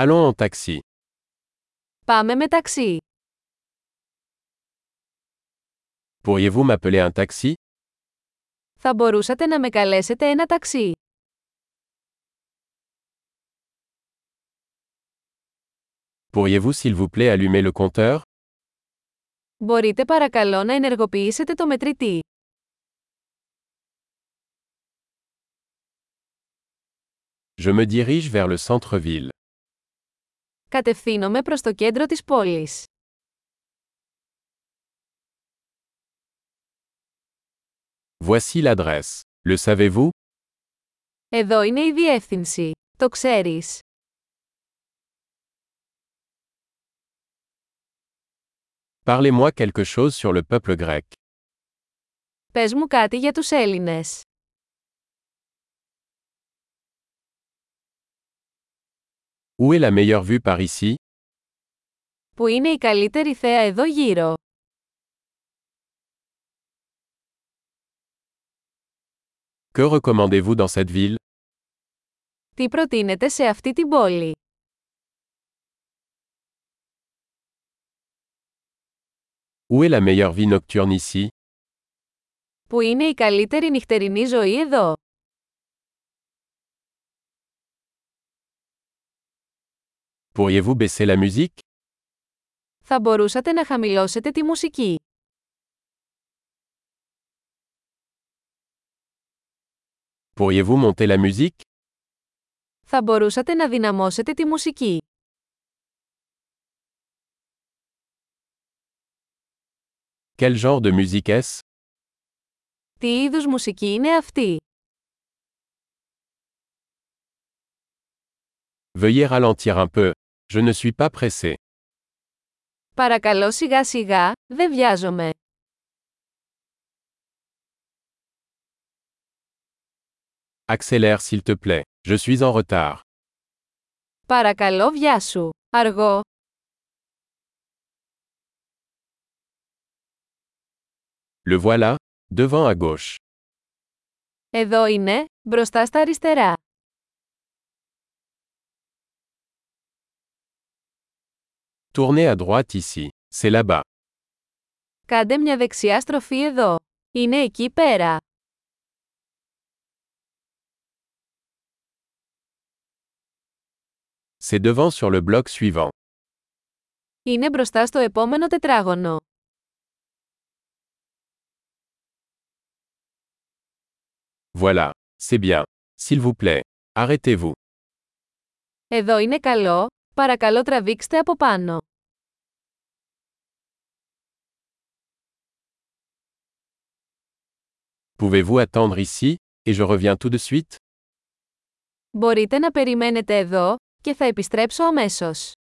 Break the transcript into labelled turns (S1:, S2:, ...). S1: Allons en taxi.
S2: Πάμε με ταξί.
S1: Pourriez-vous m'appeler un taxi
S2: Θα μπορούσατε να με καλέσετε ένα ταξί.
S1: Pourriez-vous s'il vous plaît allumer le compteur
S2: Μπορείτε παρακαλώ να ενεργοποιήσετε το μετρητή.
S1: Je me dirige vers le centre-ville.
S2: Κατευθύνομαι προς το κέντρο της πόλης.
S1: Voici l'adresse. Le savez-vous
S2: Εδώ είναι η διεύθυνση. Το ξέρεις.
S1: Parlez-moi quelque chose sur le peuple grec.
S2: Πες μου κάτι για τους Έλληνες.
S1: Où est la meilleure vue par ici
S2: Που είναι η καλύτερη θέα εδώ γύρω.
S1: Que recommandez-vous dans cette ville
S2: Τι προτείνετε σε αυτή την πόλη.
S1: Où est la meilleure vie nocturne ici
S2: Που είναι η καλύτερη νυχτερινή ζωή εδώ.
S1: Pourriez-vous baisser la musique
S2: Θα μπορούσατε να χαμηλώσετε τη μουσική.
S1: Pourriez-vous monter la musique
S2: Θα μπορούσατε να δυναμώσετε τη μουσική.
S1: Quel genre de musique est-ce
S2: Τι είδους μουσική είναι αυτή.
S1: Veuillez ralentir un peu. Je ne suis pas pressé.
S2: Παρακαλώ σιγά σιγά, δεν βιάζομαι.
S1: Accélère s'il te plaît. Je suis en retard.
S2: Παρακαλώ βιάσου. Αργό.
S1: Le voilà, devant à gauche.
S2: Εδώ είναι, μπροστά στα αριστερά.
S1: Tournez à droite ici. C'est là-bas.
S2: Κάντε μια δεξιά στροφή εδώ. Είναι εκεί πέρα.
S1: C'est devant sur le bloc suivant.
S2: Είναι μπροστά στο επόμενο τετράγωνο.
S1: Voilà. C'est bien. S'il vous plaît. Arrêtez-vous.
S2: Εδώ είναι καλό, παρακαλώ τραβήξτε από πάνω.
S1: Pouvez-vous attendre ici, et je reviens tout de suite
S2: Μπορείτε να περιμένετε εδώ, και θα επιστρέψω αμέσως.